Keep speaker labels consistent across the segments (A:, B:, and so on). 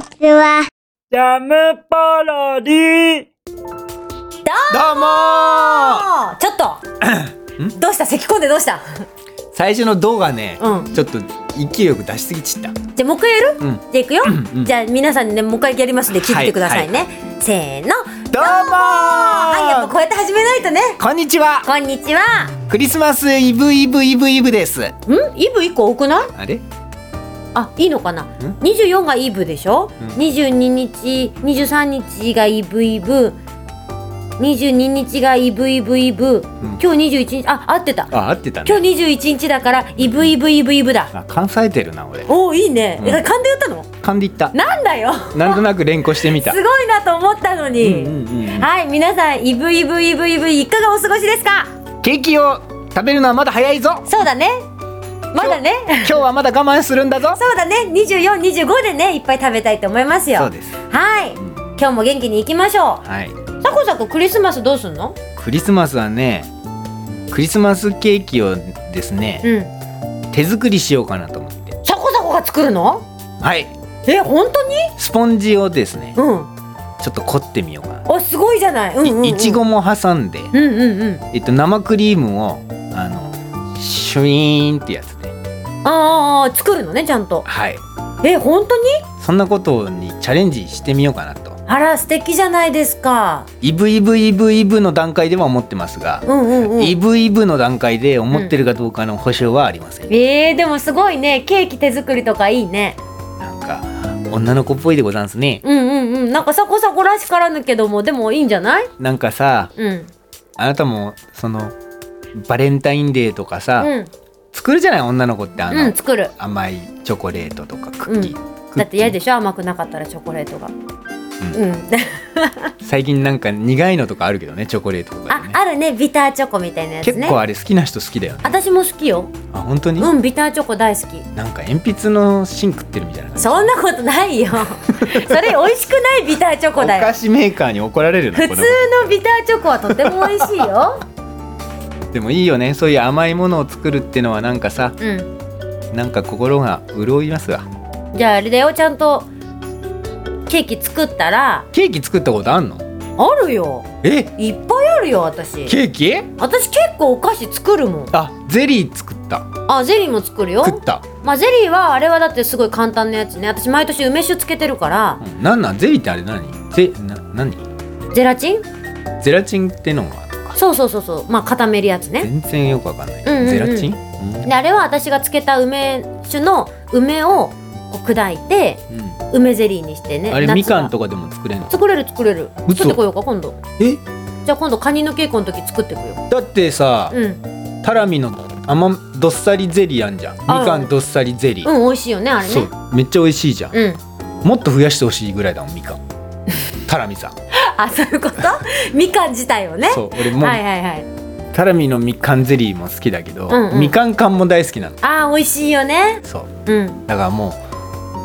A: ちは。
B: ジャムパロディ
C: どうもー
D: あーちょっとどうした咳込んでどうした
C: 最初の「ど」がね、
D: うん
C: ちょっと勢いよく出しすぎちった
D: じゃあもう一回やる、
C: うん
D: じゃあいくよ、
C: うん
D: じゃあ皆さんねもう一回やりますんで聞いてくださいね、
C: は
D: せーの
C: どうもー
D: はいやっぱこうやって始めないとね
C: こんにちは
D: こんにちは
C: クリスマスイブイブイブイブです
D: んイブ一個多くない
C: あれ
D: あいいのかな24がイブでしょ、22日23日がイブイブ22日がイブイブイブ、今日21日あ合ってた
C: あ合ってたね
D: 今日21日だからイブイブイブイブだ
C: あ関西てるな俺
D: おおいいね、え
C: うん
D: 勘で言ったの
C: 勘で言った
D: なんだよ
C: なんとなく連呼してみた
D: すごいなと思ったのに、
C: うんうんうん
D: はい皆さんイブイブイブイブいかがお過ごしですか
C: ケーキを食べるのはまだ早い ぞ
D: そうだねまだね
C: 今日はまだ我慢するんだぞ
D: そうだね2425でねいっぱい食べたいと思いますよ
C: そうです
D: はい今日も元気にいきましょ
C: はいう
D: さこさこクリスマスどうすんの
C: クリスマスはねクリスマスケーキをですね、
D: うん
C: 手作りしようかなと思って
D: さこさこが作るの
C: はい
D: え本当に
C: スポンジをですね
D: うん
C: ちょっと凝ってみようかな
D: あすごいじゃないうんうん、うん、
C: いいちごも挟んで、
D: うんうんうん
C: えっと、生クリームをあのシュイーンってやつで、
D: あーあー作るのねちゃんと
C: はい、
D: え本当に
C: そんなことにチャレンジしてみようかなと
D: あら素敵じゃないですか
C: イブイブイブイブの段階では思ってますが、
D: うんうんうん
C: イブイブの段階で思ってるかどうかの保証はありません、
D: えー、でもすごいねケーキ手作りとかいいね
C: なんか女の子っぽいでござんすね
D: うんうんうんなんかサコサコらしからぬけどもでもいいんじゃない
C: なんかさ
D: うん
C: あなたもそのバレンタインデーとかさ、
D: うん
C: 作るじゃない女の子ってあの、
D: うん作る
C: 甘いチョコレートとかクッキー、
D: だって嫌で
C: し
D: しょ甘くなかったらチョコレートが うん、
C: 最近なんか苦いのとかあるけどねチョコレートとか
D: あ
C: でね
D: あるねビターチョコみたいなやつ
C: 結
D: ね
C: 構あれ好きな人好きだよね
D: 私も好きよ
C: あ本当に、
D: うんビターチョコ大好き
C: なんか鉛筆の芯食ってるみたいな感じ
D: そんなことな いよそれ美味しくないビターチョコだ
C: お
D: よ
C: 菓子メーカーに怒られるの
D: 普通
C: この
D: のビターチョコはとても美味しいよ
C: 子でもいいよねそういう甘いものを作るってのはなんかさ
D: うん
C: なんか心が潤いますわ
D: じゃああれだよちゃんとケーキ作ったら
C: ケーキ作ったことあんの
D: あるよ
C: え
D: いっぱいあるよ私
C: ケーキ
D: 私結構お菓子作るもん
C: あゼリー作った
D: あゼリーも作るよ
C: 食った、
D: まあゼリーはあれはだってすごい簡単なやつね私毎年梅酒つけてるから
C: うん、なんなんゼリーってあれ何ゼな何
D: ゼラチン
C: ゼラチンってのがあるのか
D: そうそうそうそうまあ固めるやつね
C: 全然よくわかんない、
D: うんうんうん
C: ゼラチン、
D: であれは私がつけた梅酒の梅をこう砕いて
C: うんう
D: 梅ゼリーにしてね
C: ん、あれ
D: 夏は
C: みかんとかでも作れんの
D: 作れる作れる
C: 嘘
D: 作ってこようか今度
C: え
D: じゃあ今度カニの稽古の時作ってくよ
C: だってさ、
D: うん
C: タラミの甘どっさりゼリーあんじゃんみかんどっさりゼリー、
D: うん美味しいよねあれ
C: そ
D: ね
C: うめっちゃ美味しいじゃん、
D: うん
C: もっと増やしてほしいぐらいだもんみか んタラミさん
D: あそういうこと みかん自体をね
C: そう俺もう、
D: はいはいはい
C: タラミのみかんゼリーも好きだけど、
D: うんうん
C: みかん缶も大好きなの
D: あー美味しいよね
C: そう
D: うん
C: だからも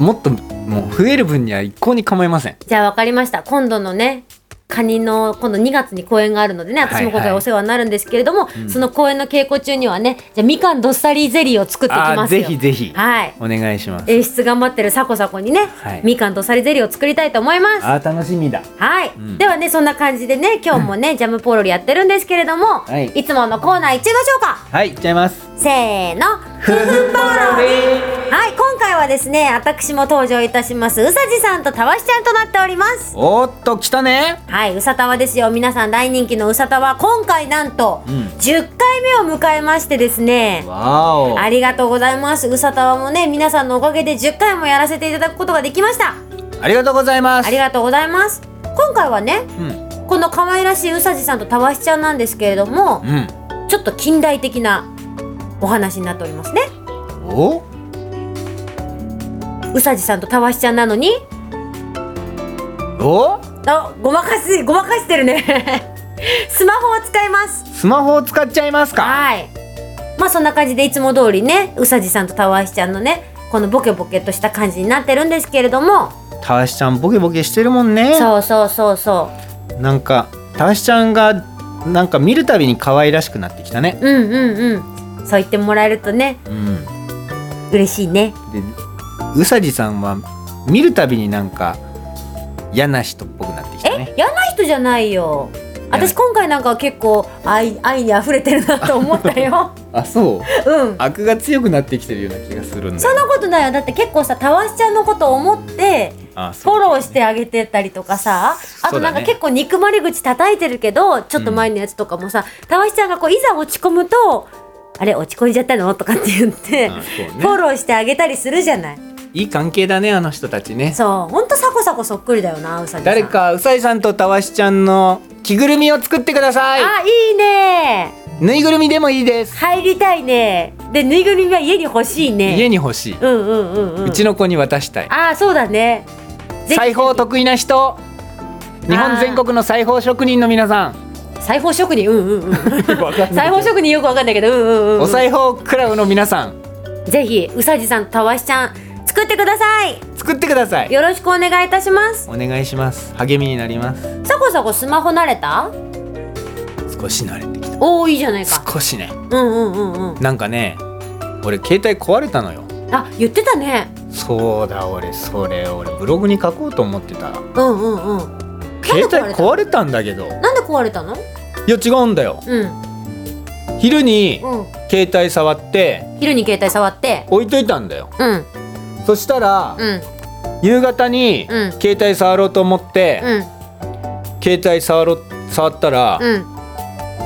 C: うもっともう増える分には一向に構いません
D: じゃあ分かりました今度のねカニの今度2月に公演があるのでね私
C: は
D: も今
C: い
D: 回
C: はい
D: お世話になるんですけれども、
C: うん
D: その公演の稽古中にはねじゃあみかんどっさりゼリーを作ってき
C: ああー
D: ますよ
C: ぜひぜひ
D: はい
C: お願いします
D: 演出頑張ってるサコサコにね、
C: はい
D: みかんとサリゼリーを作りたいと思います
C: あー楽しみだ
D: はい、
C: うん
D: ではねそんな感じでね今日もね、ジャムポロリやってるんですけれども、、
C: はいい
D: つものコーナーいっちゃいましょうか
C: はいいっちゃいます
D: せーのふふポロリはい今回はですね私も登場いたしますうさじさんとたわしちゃんとなっております
C: おーっと来たね
D: はいうさたわですよ皆さん大人気のうさたわ今回なんと、
C: うん
D: 10回目を迎えましてですね
C: わーお
D: ありがとうございますうさたわもね皆さんのおかげで10回もやらせていただくことができました
C: ありがとうございます
D: ありがとうございます今回はね
C: うん
D: この可愛らしいうさじさんとたわしちゃんなんですけれども
C: うん
D: ちょっと近代的なお話になっておりますね
C: お
D: うさじさんとたわしちゃんなのに
C: お
D: あごまかしごまかしてるね スマホを使います
C: スマホを使っちゃいますか
D: はいまあそんな感じでいつも通りねうさじさんとたわしちゃんのねこのボケボケとした感じになってるんですけれども
C: たわしちゃんボケボケしてるもんね
D: そうそうそうそ
C: なんかたわしちゃんがなんか見るたびに可愛らしくなってきたね
D: ううんうんうんそう言ってもらえるとね
C: うん
D: 嬉しいね
C: でうさじさんは見るたびになんか嫌な人っぽくなってきたね
D: 嫌な人じゃないよ
C: 嫌な
D: 私
C: 人
D: 今回なんかは結構愛愛に溢れてるなと思ったよ
C: あそう
D: うん
C: 悪が強くなってきてるような気がするんだ
D: そんなことないよだって結構さたわしちゃんのことを思って
C: あ
D: フ
C: そ
D: ォ
C: う
D: ローしてあげてたりとかさあ
C: そ
D: と
C: う
D: な
C: だね
D: んか結構憎まれ口叩いてるけどちょっと前のやつとかもさ、たわしちゃんがこういざ落ち込むと「あれ落ち込んじゃったの?」とかって言って、
C: あそう
D: フォ
C: ね
D: ローしてあげたりするじゃない
C: いい関係だねあの人たちね
D: そうほんとサコサコそっくりだよなうさぎさん
C: 誰かうさいさんとたわしちゃんの着ぐるみを作ってください
D: あいいね
C: ぬいぐるみでもいいです
D: 入りたいねでぬいぐるみは家に欲しいね
C: 家に欲しい
D: うんうんうんうん
C: うちの子に渡したい
D: ああそうだねぜひ
C: 裁縫得意な人日本全国の裁縫職人の皆さん
D: 裁縫職人うんうんうん
C: わかんな
D: 裁
C: い
D: 縫職人よくわかんないけどうんうんうん
C: お裁縫クラブの皆さん
D: ぜひうさじさんとたわしちゃん作ってください
C: 作ってください
D: よろしくお願いいたします
C: お願いします励みになります
D: さこさこスマホ慣れた
C: 少し慣れてきた
D: おおいいじゃないか
C: 少しね
D: うんうんうんうん
C: なんかね俺携帯壊れたのよ
D: あ言ってたね
C: そうだ俺それ俺ブログに書こうと思ってた
D: うんうんうん
C: 携帯
D: 壊れた
C: 壊れたんだけど
D: なんで壊れたの
C: いや違うんだよ
D: うん
C: 昼に
D: うん
C: 携帯触って
D: 昼に携帯触って
C: 置いといたんだよ
D: うん
C: そしたら
D: うん
C: 夕方に
D: うん
C: 携帯触ろうと思って、
D: うん
C: 携帯触ろ触ったら、
D: うん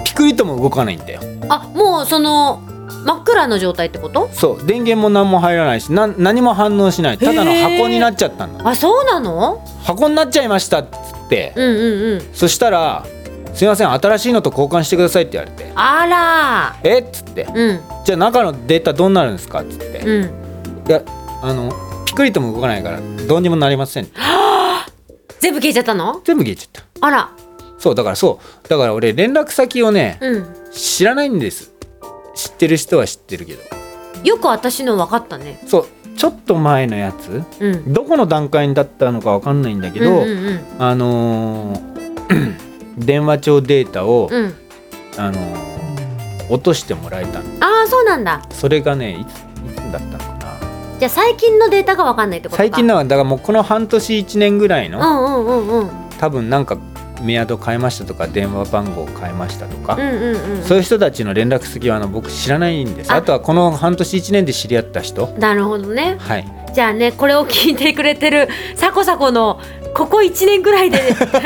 C: ピクリとも動かないんだよ
D: あもうその真っ暗の状態ってこと
C: そう電源も何も入らないしなん何も反応しないただの
D: へー
C: 箱になっちゃったんだ
D: あそうなの
C: 箱になっちゃいましたっつって、
D: うんうんうん
C: そしたら「すいません新しいのと交換してください」って言われて
D: あ
C: 「えっ?」つって
D: らうん
C: 「じゃあ中のデータどうなるんですか?」っつって「い
D: うん
C: やあのピクリとも動かないからどうにもなりません」
D: 全部消えちゃったの
C: 全部消えちゃっ
D: あら
C: たそうだからそうだから俺連絡先をね
D: うん
C: 知らないんです知ってる人は知ってるけど
D: よく私の分かったね
C: そうちょっと前のやつ
D: うん
C: どこの段階だったのかわかんないんだけど、
D: うんうん
C: あのー電話帳データを、
D: うん、うん、
C: あのー落としてもらえたの
D: ああそうなんだ
C: それがねいついつだったのかな
D: じゃあ最近のデータが分かんないってことか
C: 最近のはだからもうこの半年1年ぐらいの、
D: うんうんうんうん
C: 多分なんかメアド変えましたとか電話番号変えましたとか、
D: うんうん
C: そういう人たちの連絡先はあの僕知らないんです
D: あ
C: あとはこの半年1年で知り合った人
D: うんなるほどね
C: はい
D: じゃあねこれを聞いてくれてるサコサコのここ1年ぐらいで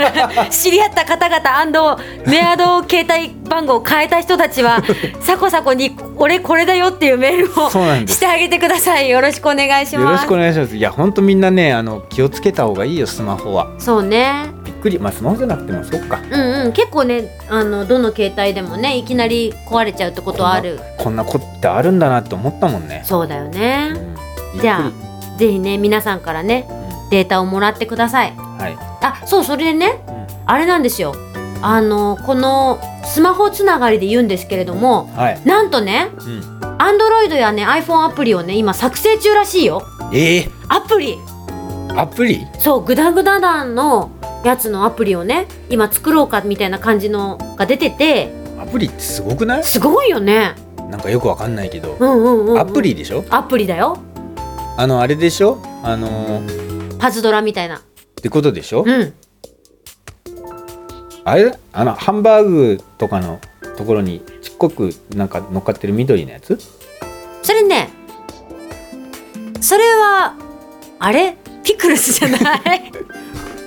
D: 知り合った方々メアド携帯番号を変えた人た ちはサコサコに「俺これだよ」っていうメールを
C: そうなんです
D: してあげてくださいよろしくお願いし
C: よろ
D: ま
C: し
D: す
C: くお願いしますいやほんとみんなねあの気をつけた方がいいよスマホは
D: そうね
C: びっくりまあスマホじゃなくてもそっか
D: うんうん結構ねあのどの携帯でもねいきなり壊れちゃうってことはある
C: こんなことってあるんだなって思ったもんね、
D: そうだよ
C: う
D: ね
C: んびっくり
D: じゃあぜひね皆さんからね
C: う
D: データをもらってください
C: んはい
D: あそうそれでね、
C: う
D: あれなんですよあのこのスマホつながりで言うんですけれども
C: はい、
D: なんとね
C: うん、
D: Android やね iPhone アプリをね今作成中らしいよ
C: ええ
D: アプリ
C: アプリ
D: そうグダグダ団のやつのアプリをね今作ろうかみたいな感じのが出てて
C: アプリってすごくない
D: すごいよね
C: なんかよくわかんないけど、
D: うんうんうん、うん、
C: アプリでしょ
D: アプリだよ
C: あのあれでしょあのー、
D: パズドラみたいな
C: ってことでしょ
D: うん
C: あれあのハンバーグとかのところにちっこくなんか乗っかってる緑のやつ
D: それねそれはあれピクルス じゃない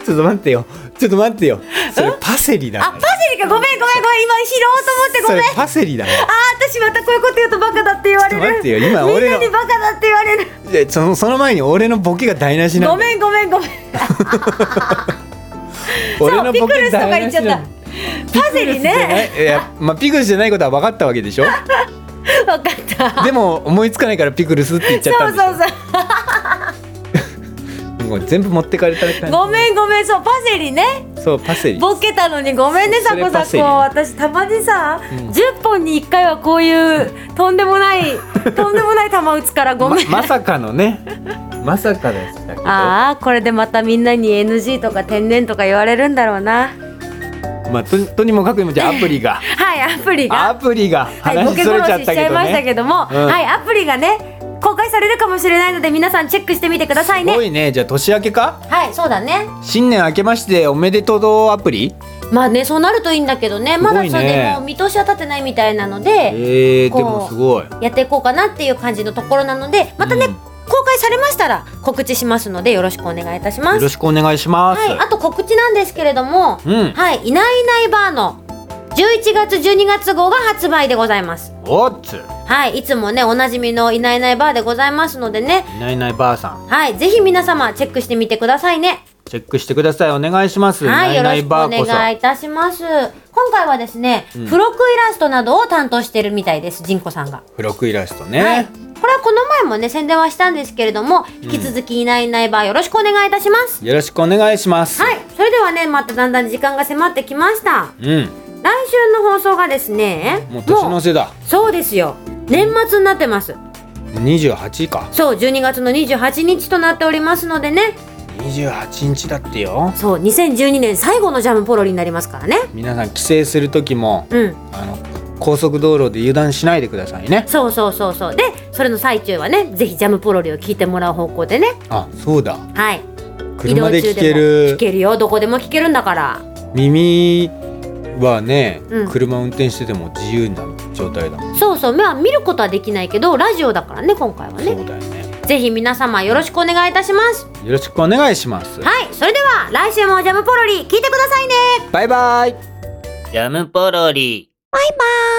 C: ちょっと待ってよちょっと待ってよそれパセリだか
D: あパ
C: ら
D: セリかごめんごめんごめん今拾おうと思ってご
C: そ
D: め
C: れ
D: ん
C: パセリだから
D: あー私またこういうこと言うとバカだって言わ
C: ちょっと
D: れ
C: 待
D: る
C: ってよ今
D: みん
C: 俺
D: な
C: の
D: にバカだって言われる
C: いやそのその前に俺のボケが台無しな
D: ご
C: んだよ
D: めんごめんごめん
C: 俺の
D: そうピ
C: ボ
D: クル
C: ケ
D: スとか
C: 台
D: 言
C: 無しな
D: っちゃっ
C: んだよ
D: たパセリね
C: いやまあピクルスじゃないことは分かったわけでしょ
D: 分かった
C: でも思いつかないからピクルスって言っちゃっ
D: そ
C: た
D: うん
C: でしょ
D: そうそう
C: もう全部持ってかれた感
D: ごめんごめんそうパセリね
C: じそうパセリ
D: ボケたのにごめんね
C: そ
D: サ
C: れ
D: コサ
C: パセリ
D: コ私たまにさ、
C: うん
D: 10本に1回はこういうとんでもないとんでもない球打つからご
C: ま
D: めん、
C: まさかのねまさかでしたけど
D: ああこれでまたみんなに NG とか天然とか言われるんだろうな
C: まあととにもかくにもじゃあアプリが
D: はいアプリが
C: アプリが
D: はい、ボ
C: 話
D: ケ
C: それちゃ
D: 殺
C: っ
D: したちゃ
C: け
D: い
C: ど
D: ました
C: ね
D: けども、
C: うん
D: はいアプリがね公開されるかもしれないので皆さんチェックしてみてください
C: すご
D: ね
C: いねじゃあ年明けか
D: はいそうだね
C: 新年明けましておめでとうアプリ
D: まあねそうなるといいんだけどね
C: すご
D: ま
C: いね
D: だそれでもう見通しは立てないみたいなので
C: えー、
D: こう
C: でもすごい
D: やっていこうかなっていう感じのところなのでまたね、
C: うん
D: 公開されましたら告知しますのでよろしくお願いいたしま
C: よ
D: す
C: ろしくお願いします、
D: はい、あと告知なんですけれども、
C: うん
D: はい、いないいないばーの11月12月号が発売でございます。
C: おっつ
D: はい、いつもねおなじみのいないいないばーでございますのでね、
C: いないいないばあさん
D: はい、ぜひ皆様チェックしてみてくださいね。
C: チェックしてくださいお願いします、
D: はい、
C: い
D: よ
C: な
D: ろ
C: い
D: しく
C: ばあ
D: お
C: こそ
D: 願いいたします。今回はですね、
C: ん
D: 付録イラストなどを担当してるみたいです、ジンコさんが。
C: 付録イラストね、
D: はい、これはこの前もね宣伝はしたんですけれども、引き続きいないいないばーよろしくお願いいたします。
C: よろしくお願いします、
D: はい、それではねまただんだん時間が迫ってきました。
C: うん
D: 来週の放送がですね
C: もう年の瀬だ
D: そうですよ年末になってます
C: 28か
D: そう12月の28日となっておりますのでね
C: 28日だってよ
D: そう2012年最後のジャムポロリになりますからね
C: 皆さん帰省する時も
D: うん
C: あの高速道路で油断しないでくださいね
D: そうそうそうそうでそれの最中はねぜひジャムポロリを聞いてもらう方向でね
C: あそうだ
D: はい
C: 車で
D: 移動
C: 聞
D: 中
C: け
D: も聞
C: る
D: けるよどこでも聞けるんだから
C: 耳はね、
D: うん
C: 車運転してても自由な状態だもん
D: そうそう目は見ることはできないけどラジオだからね今回はね
C: そうだよね
D: ぜひ皆様よろしくお願いいたします
C: よろしくお願いします
D: はいそれでは来週もジャムポロリ聞いてくださいね
C: バイバイ
B: ジャムポロリ。
D: バイバーイ